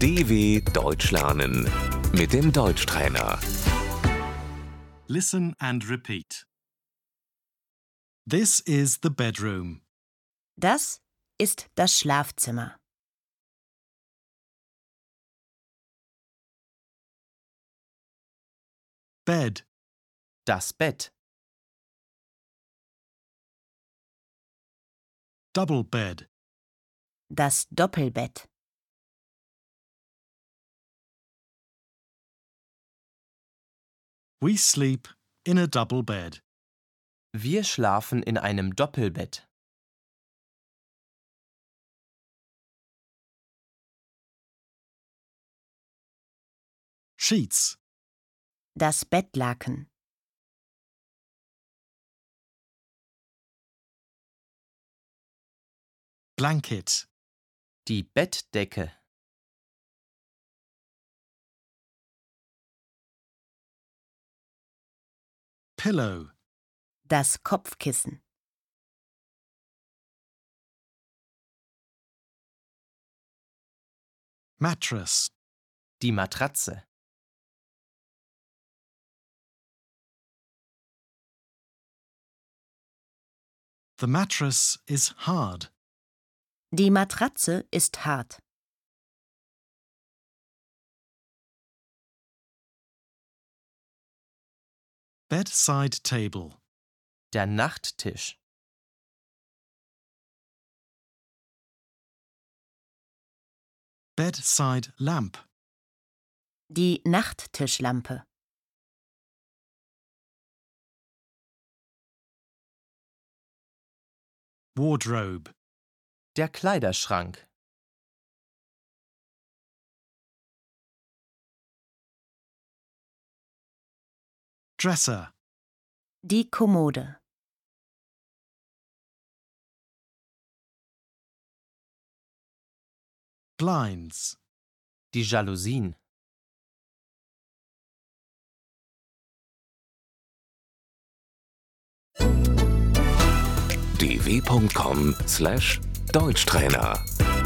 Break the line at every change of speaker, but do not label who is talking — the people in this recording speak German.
DW Deutsch lernen mit dem Deutschtrainer.
Listen and repeat. This is the bedroom.
Das ist das Schlafzimmer.
Bed,
Das Bett,
double bed,
Das Doppelbett.
we sleep in a double bed.
wir schlafen in einem Doppelbett.
Sheets,
Das Bettlaken.
blanket,
Die Bettdecke,
pillow,
Das Kopfkissen.
mattress,
die Matratze,
The mattress is hard.
Die Matratze ist hart.
Bedside table.
der Nachttisch,
Bedside lamp.
Die Nachttischlampe.
Wardrobe.
der Kleiderschrank,
Dresser.
Die Kommode.
Blinds.
die Jalousien,
dw.com/deutschtrainer